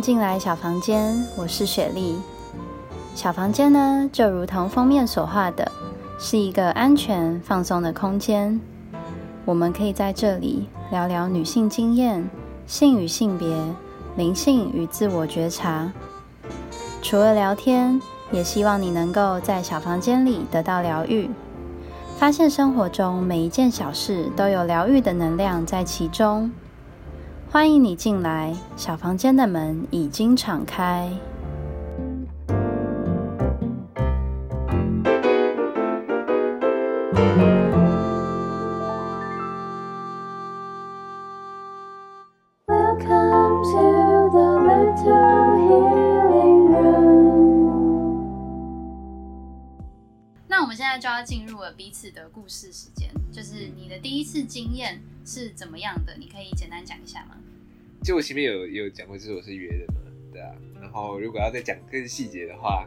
进来小房间，我是雪莉。小房间呢，就如同封面所画的，是一个安全放松的空间。我们可以在这里聊聊女性经验、性与性别、灵性与自我觉察。除了聊天，也希望你能够在小房间里得到疗愈，发现生活中每一件小事都有疗愈的能量在其中。欢迎你进来，小房间的门已经敞开。 Welcome to the Little Healing Room. 那我们现在就要进入了彼此的故事时间，就是你的第一次经验是怎么样的？你可以简单讲一下吗？就我前面有有讲过，就是我是约的嘛，对啊。然后如果要再讲更细节的话，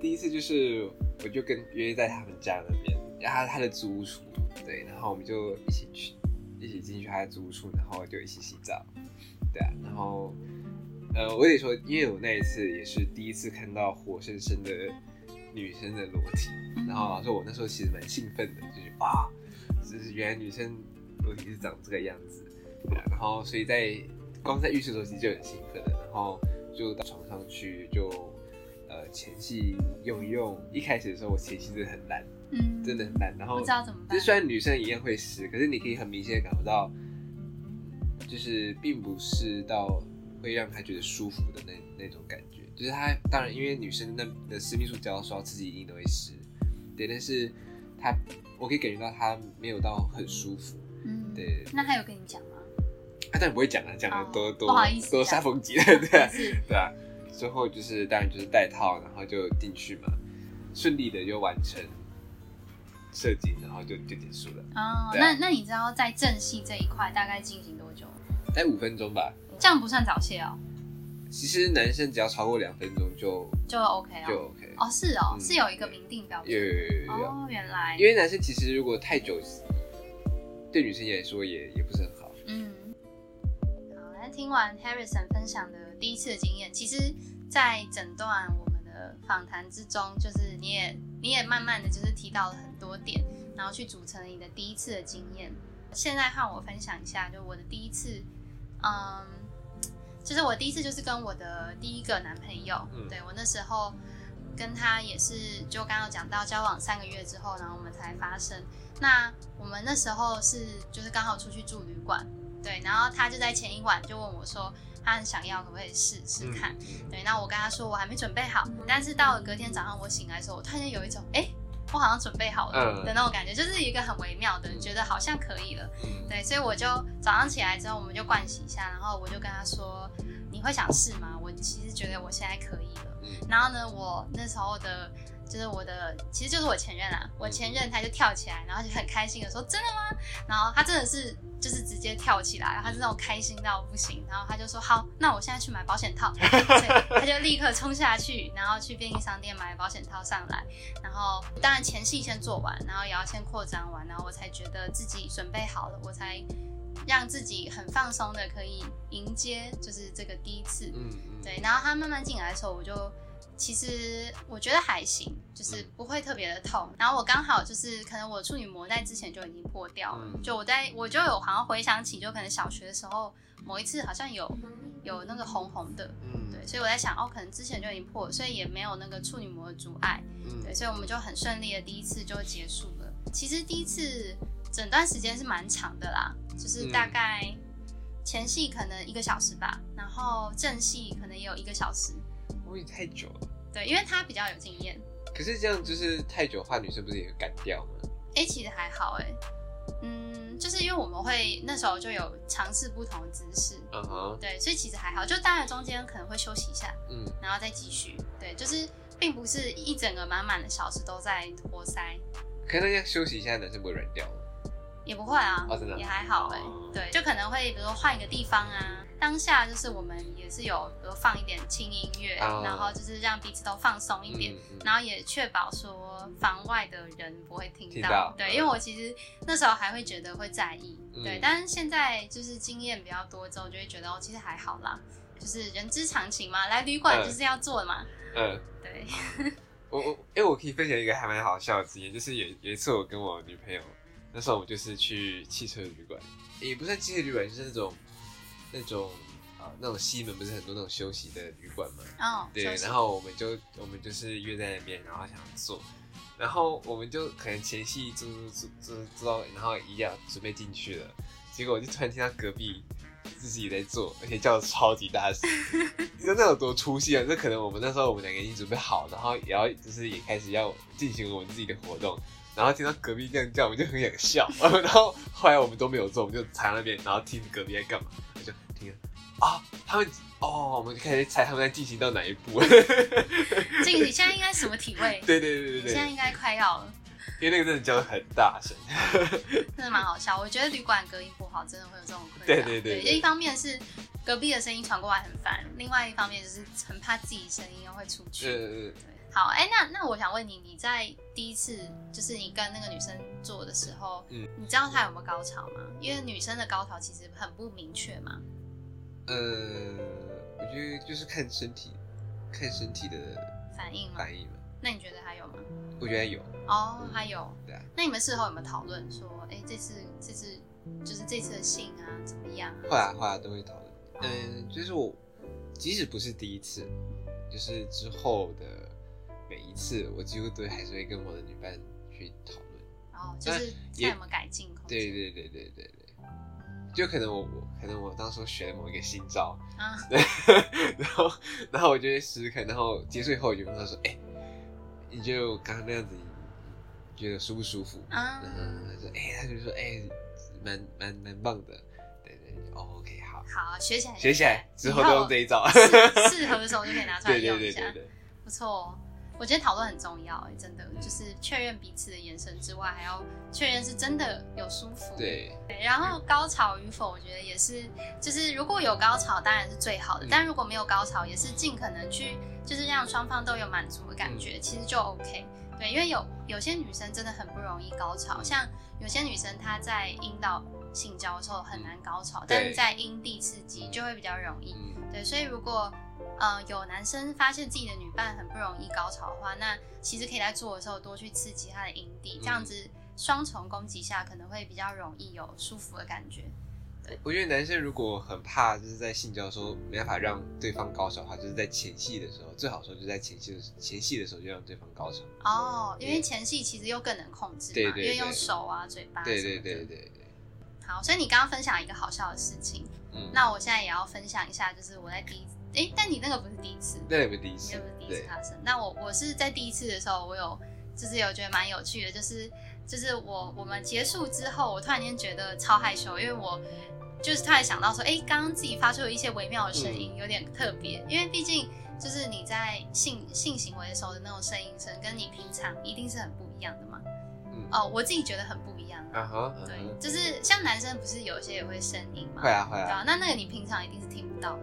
第一次就是我就跟约在他们家那边，然后他他的租屋处，对，然后我们就一起去，一起进去他的租屋处，然后就一起洗澡，对啊。然后呃，我得说，因为我那一次也是第一次看到活生生的女生的裸体，然后老师我那时候其实蛮兴奋的，就是啊，就是原来女生裸体是长这个样子，对啊然后所以在光在浴室的时候其实就很兴奋了，然后就到床上去就呃前戏用一用，一开始的时候我前戏真的很烂，嗯，真的很烂，然不后知道怎么就办。虽然女生一样会湿，可是你可以很明显的感觉到，就是并不是到会让她觉得舒服的那那种感觉。就是她当然因为女生那的私密处只要刷自己一定都会湿，对，但是她我可以感觉到她没有到很舒服，嗯，对。那他有跟你讲吗？她当然不会讲啊，讲哦的多、多不好意思多讲杀风景， 对啊还是对啊。最后就是当然就是戴套，然后就进去嘛，顺利的就完成射精，然后就就结束了。哦，对啊那嗯那你知道在正戏这一块大概进行多久？待五分钟吧。这样不算早泄哦，其实男生只要超过两分钟就就 OK 就哦。 OK，哦，是哦，嗯是有一个明定标有有准。有有有，哦，原来因，为男生其实如果太久，对女生来说也也不是很好。嗯，好，那听完 Harrison 分享的第一次的经验，其实，在整段我们的访谈之中，就是你也你也慢慢的就是提到了很多点，然后去组成了你的第一次的经验。现在换我分享一下，就我的第一次，嗯，就是我第一次就是跟我的第一个男朋友，嗯对我那时候跟他也是，就刚刚有讲到交往三个月之后，然后我们才发生。那我们那时候是就是刚好出去住旅馆，对，然后他就在前一晚就问我说，他很想要，可不可以试试嗯看？嗯对，那我跟他说我还没准备好，但是到了隔天早上我醒来的时候，我突然间有一种哎、诶我好像准备好了嗯的那种感觉，就是一个很微妙的，嗯觉得好像可以了。嗯，对，所以我就早上起来之后，我们就盥洗一下，然后我就跟他说：“你会想试吗？”我其实觉得我现在可以了。嗯然后呢，我那时候的，就是我的，其实就是我前任啊，我前任他就跳起来，然后就很开心的说：“真的吗？”然后他真的是就是直接跳起来，他是那种开心到不行，然后他就说：“好，那我现在去买保险套。”所以他就立刻冲下去，然后去便利商店买保险套上来，然后当然前戏先做完，然后也要先扩张完，然后我才觉得自己准备好了，我才让自己很放松的可以迎接就是这个第一次。嗯，嗯对，，然后他慢慢进来的时候，我就其实我觉得还行，就是不会特别的痛。然后我刚好就是可能我处女膜在之前就已经破掉了，嗯就我在我就有好像回想起，就可能小学的时候某一次好像有有那个红红的，嗯对，所以我在想哦，可能之前就已经破了，所以也没有那个处女膜的阻碍。对，嗯所以我们就很顺利的第一次就结束了。其实第一次整段时间是蛮长的啦，就是大概前戏可能一个小时吧，然后正戏可能也有一个小时。我也太久了。对，因为他比较有经验。可是这样就是太久的话，女生不是也会干掉吗？哎、其实还好哎、嗯，就是因为我们会那时候就有尝试不同的姿势，嗯哼，对，所以其实还好。就当然中间可能会休息一下，嗯然后再继续。对，就是并不是一整个满满的小时都在活塞，可是那这样休息一下，男生不会软掉吗？也不会啊，哦真的也还好哎、哦对，就可能会比如说换一个地方啊。当下就是我们也是有，比如放一点轻音乐，哦然后就是让彼此都放松一点，嗯嗯然后也确保说房外的人不会听到。听到对，嗯因为我其实那时候还会觉得会在意，嗯对，但是现在就是经验比较多之后，就会觉得哦，其实还好啦。就是人之常情嘛，来旅馆嗯就是要做的嘛。嗯，对，我我哎、我可以分享一个还蛮好笑的经验，就是有有一次我跟我女朋友，那时候我们就是去汽车旅馆，也不算汽车旅馆，就是那种那种啊那种西门不是很多那种休息的旅馆嘛，哦，对休，息然后我们就我们就是约在那边，然后想做，然后我们就可能前戏做做做做做到，然后一样准备进去了，结果我就突然听到隔壁自己在做，而且叫的超级大声，你知道那有多出戏啊？这可能我们那时候我们两个已经准备好，然后也要就是也开始要进行我们自己的活动。然后听到隔壁这样叫，我们就很想笑。 然后后来我们都没有做，我们就藏在那边，然后听隔壁在干嘛，我就听着啊，他们哦，我们就开始猜他们在进行到哪一步。 这个你现在应该什么体位？对对对对你现在对，应该快要了，因为那个真的叫的很大声。真的蛮好笑。我觉得旅馆隔音不好，真的会有这种困扰。对对对对一方面是隔壁的声音传过来很烦，另外一方面就是很怕自己声音又会出去。呃，对，好，哎、那那我想问你，你在第一次就是你跟那个女生做的时候，嗯你知道她有没有高潮吗？因为女生的高潮其实很不明确嘛。呃，我觉得就是看身体，看身体的反应吗？反应嘛。那你觉得还有吗？我觉得有，哦，还有。对啊那你们事后有没有讨论说，哎、这次这次就是这次的性啊，怎么样后来后来都会讨论。嗯，就是我即使不是第一次，就是之后的每一次，我几乎都还是会跟我的女伴去讨论。然后就是也看有没有改进空间。对对对对对对，就可能我我可能我当时学了某一个新招，啊， 然后然后我就会试试看，然后结束以后我就问他说：“哎、你觉得我刚刚那样子，你觉得舒不舒服？”啊然后他说：“哎、他就说哎，蛮蛮蛮棒的，对对对哦，OK，好，好，学起来，学起来之后都用这一招。 适适合的时候就可以拿出来对对用一对下，对对，不错哦。我觉得讨论很重要、哎，真的，就是确认彼此的眼神之外，还要确认是真的有舒服。对对，然后高潮与否，我觉得也是，就是如果有高潮当然是最好的，嗯但如果没有高潮，也是尽可能去，就是让双方都有满足的嗯感觉，其实就 OK。对，因为有有些女生真的很不容易高潮，嗯像有些女生她在阴道性交的时候很难高潮，但是嗯对在阴蒂刺激就会比较容易。嗯，对，所以如果呃有男生发现自己的女伴很不容易高潮的话，那其实可以在做的时候多去刺激她的阴蒂，这样嗯子双重攻击下可能会比较容易有舒服的感觉。我觉得男生如果很怕，就是在性交的时候没办法让对方高潮的话，就是在前戏的时候，最好说就是在前戏的时前戏的时候就让对方高潮。哦，因为对前戏其实又更能控制嘛，对对因为用对手啊、嘴巴。对对对对。对，好，所以你刚刚分享一个好笑的事情，嗯，那我现在也要分享一下，就是我在第一，哎，但你那个不是第一次，那你们第一你次那不是第一对次发生。那我我是在第一次的时候，我有就是有觉得蛮有趣的，就是就是我我们结束之后，我突然间觉得超害羞，因为我就是突然想到说，哎、刚刚自己发出了一些微妙的声嗯音，有点特别，因为毕竟就是你在性性行为的时候的那种呻吟声，跟你平常一定是很不一样的嘛。嗯哦，我自己觉得很不一样啊。啊哈，对嗯，就是像男生不是有些也会呻吟嘛？会啊会对啊啊，那那个你平常一定是听不到的，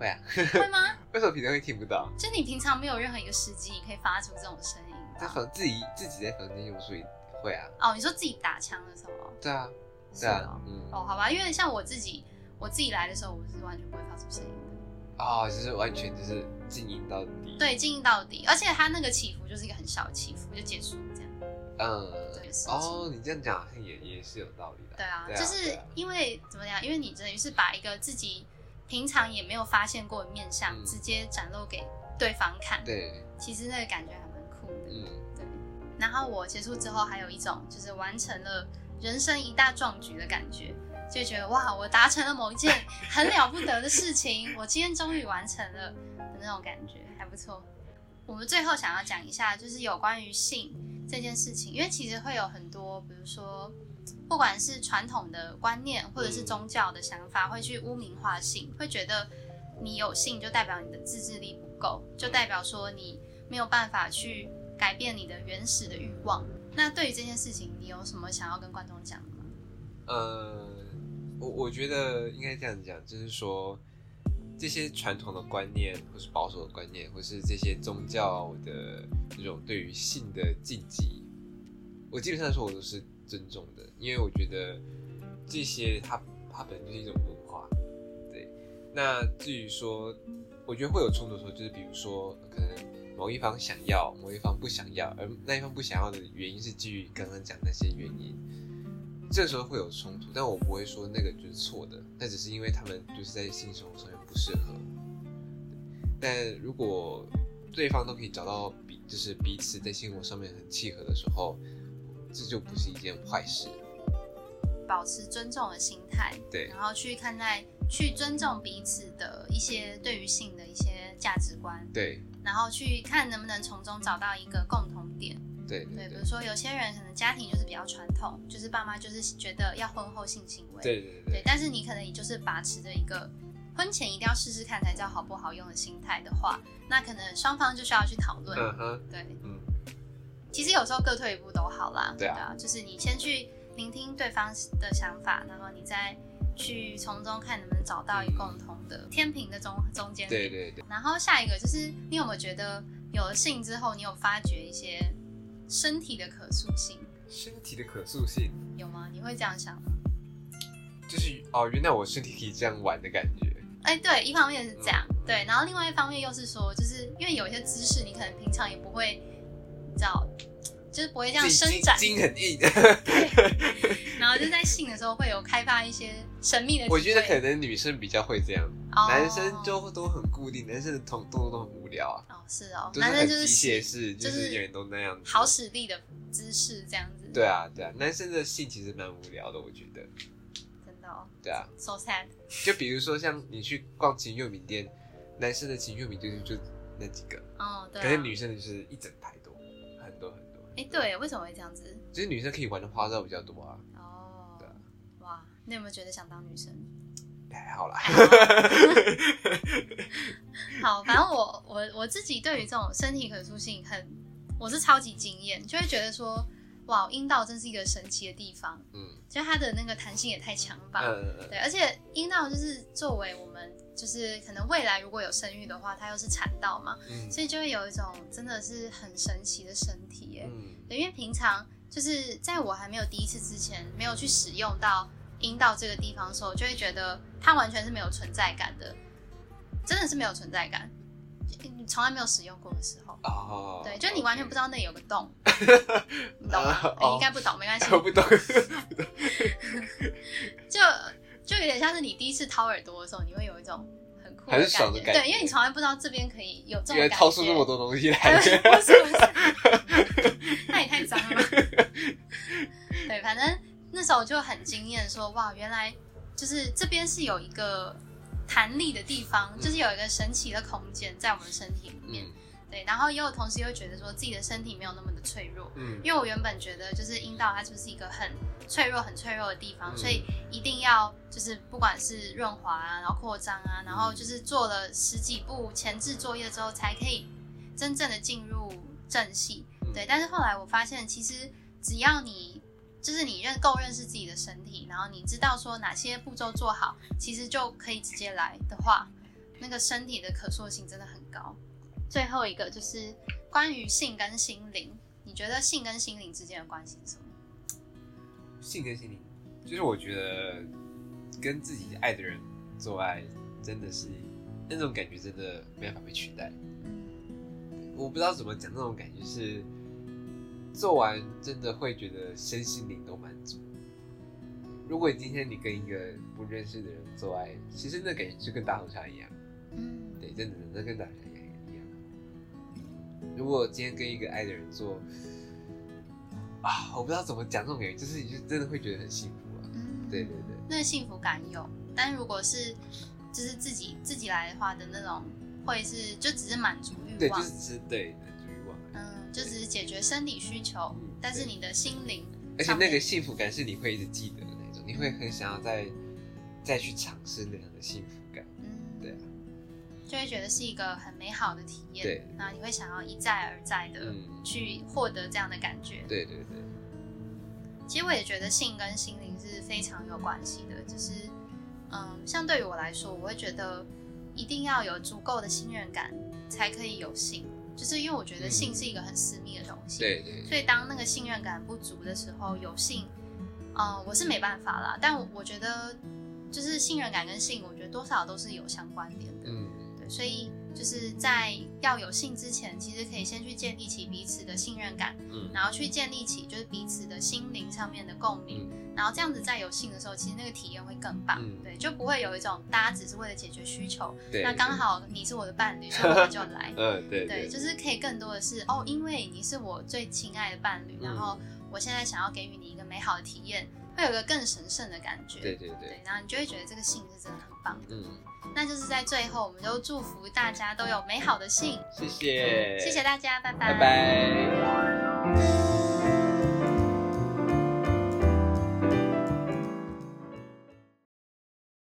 会啊，会吗？为什么平常会听不到？就你平常没有任何一个时机，你可以发出这种声音在吧。房自己自己在房间用，所以会啊，哦，你说自己打枪的时候哦，对啊，是对啊哦，，嗯，哦，好吧，因为像我自己，我自己来的时候，我是完全不会发出声音的。啊，就是完全就是经营到底，，对，静音到底，而且它那个起伏就是一个很小的起伏就结束这样。嗯对是，哦，你这样讲好像也也是有道理的，对啊，对啊就是对啊因为怎么讲？因为你等于是把一个自己平常也没有发现过的面相，嗯直接展露给对方看。，对，其实那个感觉还蛮酷的。嗯，对，然后我结束之后还有一种就是完成了人生一大壮举的感觉，就觉得哇，我达成了某一件很了不得的事情，我今天终于完成了的那种感觉，还不错。我们最后想要讲一下，就是有关于性这件事情，因为其实会有很多，比如说，不管是传统的观念或者是宗教的想法，会去污名化性，会觉得你有性就代表你的自制力不够，就代表说你没有办法去改变你的原始的欲望。那对于这件事情，你有什么想要跟观众讲的吗？呃，我我觉得应该这样讲，就是说这些传统的观念，或是保守的观念，或是这些宗教的这种对于性的禁忌，我基本上说我都是尊重的，因为我觉得这些它它本来就是一种文化，对。那至于说，我觉得会有冲突的时候，就是比如说，可能某一方想要，某一方不想要，而那一方不想要的原因是基于刚刚讲那些原因，这时候会有冲突，但我不会说那个就是错的，那只是因为他们就是在性生活上面不适合。但如果对方都可以找到彼，就是彼此在性活上面很契合的时候，这就不是一件坏事。保持尊重的心态，对然后去看待、去尊重彼此的一些对于性的一些价值观，对然后去看能不能从中找到一个共同点。对对，嗯对比如说有些人可能家庭就是比较传统，就是爸妈就是觉得要婚后性行为，对对对对，但是你可能也就是把持着一个婚前一定要试试看才知道好不好用的心态的话，那可能双方就需要去讨论。嗯哼，对，嗯，其实有时候各退一步都好啦。对啊就是你先去聆听对方的想法，然后你再去从中看能不能找到一个共同的天平的中中间点。对对对，然后下一个就是，你有没有觉得有了性之后，你有发觉一些身体的可塑性？身体的可塑性有吗？你会这样想吗？就是哦，原来我身体可以这样玩的感觉。哎，对，一方面是这样嗯，对，然后另外一方面又是说，就是因为有一些姿势，你可能平常也不会，你知道，就是不会这样自己伸展， 筋筋很硬。然后就在性的时候会有开发一些神秘的体位。我觉得可能女生比较会这样，哦男生就都很固定，男生的动动作都很无聊啊，哦是哦，都是男生很就机是械式，就就是是永远都那样子。好使力的姿势这样子。对，啊，对啊，男生的性其实蛮无聊的，我觉得。真的哦对啊， ，so sad。就比如说像你去逛情趣用品店，男生的情趣用品就是就那几个，哦，对、啊。可是女生的就是一整排多，很多很多。哎，对，为什么会这样子？就是女生可以玩的花招比较多啊，哦对啊，哇，那有没有觉得想当女生？还好啦。好，反正我我我自己对于这种身体可塑性很，我是超级惊艳，就会觉得说，哇，阴道真是一个神奇的地方，嗯就它的那个弹性也太强了吧。嗯嗯对，而且阴道就是作为我们就是可能未来如果有生育的话，它又是产道嘛，嗯所以就会有一种真的是很神奇的身体耶。嗯对，因为平常就是在我还没有第一次之前，没有去使用到阴道这个地方的时候，就会觉得它完全是没有存在感的，真的是没有存在感。你从来没有使用过的时候，哦，对，就你完全不知道，道那里有个 洞，你懂吗？哦你应该不懂，没关系， 我不懂。就就有点像是你第一次掏耳朵的时候，你会有一种很酷很感觉，爽的感觉对，因为你从来不知道这边可以有这种原来感觉。掏出那么多东西哎 来不，是不是， 那也太脏了吧。对，反正那时候就很惊艳，说哇，原来就是这边是有一个弹力的地方，嗯就是有一个神奇的空间在我们身体里面。嗯对，然后也有同时又觉得说自己的身体没有那么的脆弱，嗯因为我原本觉得就是阴道它就是一个很脆弱、很脆弱的地方，嗯所以一定要就是不管是润滑啊，然后扩张啊，然后就是做了十几步前置作业之后，才可以真正的进入正戏。嗯对，但是后来我发现，其实只要你就是你认够认识自己的身体，然后你知道说哪些步骤做好，其实就可以直接来的话，那个身体的可塑性真的很高。最后一个就是关于性跟心灵，你觉得性跟心灵之间的关系是什么？性跟心灵，就是我觉得跟自己爱的人做爱，真的是那种感觉，真的没办法被取代。我不知道怎么讲那种感觉是，做完真的会觉得身心灵都满足。如果今天你跟一个不认识的人做爱，其实那感觉就跟大头鲨一样，嗯，对，真的那跟大头鲨一样。如果今天跟一个爱的人做，啊，我不知道怎么讲那种感觉，就是你就真的会觉得很幸福啊。嗯对对，对，那个幸福感有，但如果是就是自己自己来的话的那种，会是就只是满足欲对，就望是，只是对满足欲望，嗯，就只是解决生理需求嗯，但是你的心灵而且上那面，个幸福感是你会一直记得的那种，你会很想要再再去尝试那样的幸福感。嗯，对啊，就会觉得是一个很美好的体验，对，然后你会想要一再而再的嗯去获得这样的感觉，对对对，其实我也觉得性跟心灵是非常有关系的，就是，嗯，像对于我来说，我会觉得一定要有足够的信任感才可以有性，就是因为我觉得性嗯是一个很私密的东西，对对对，所以当那个信任感不足的时候，有性，呃，我是没办法啦。但我我觉得，就是信任感跟性，我觉得得多少都是有相关联的。嗯对，所以就是在要有性之前，其实可以先去建立起彼此的信任感，嗯然后去建立起就是彼此的心灵上面的共鸣，然后这样子在有性的时候，其实那个体验会更棒。嗯对，就不会有一种大家只是为了解决需求，对，。那刚好你是我的伴侣，所以我们就来嗯对对，就是可以更多的是哦，因为你是我最亲爱的伴侣，嗯然后我现在想要给予你一个美好的体验，会有一个更神圣的感觉。对对对对，然后你就会觉得这个性是真的很棒的。嗯，那就是在最后，我嗯们就祝福大家都有美好的性。谢谢，谢谢大家，拜拜拜。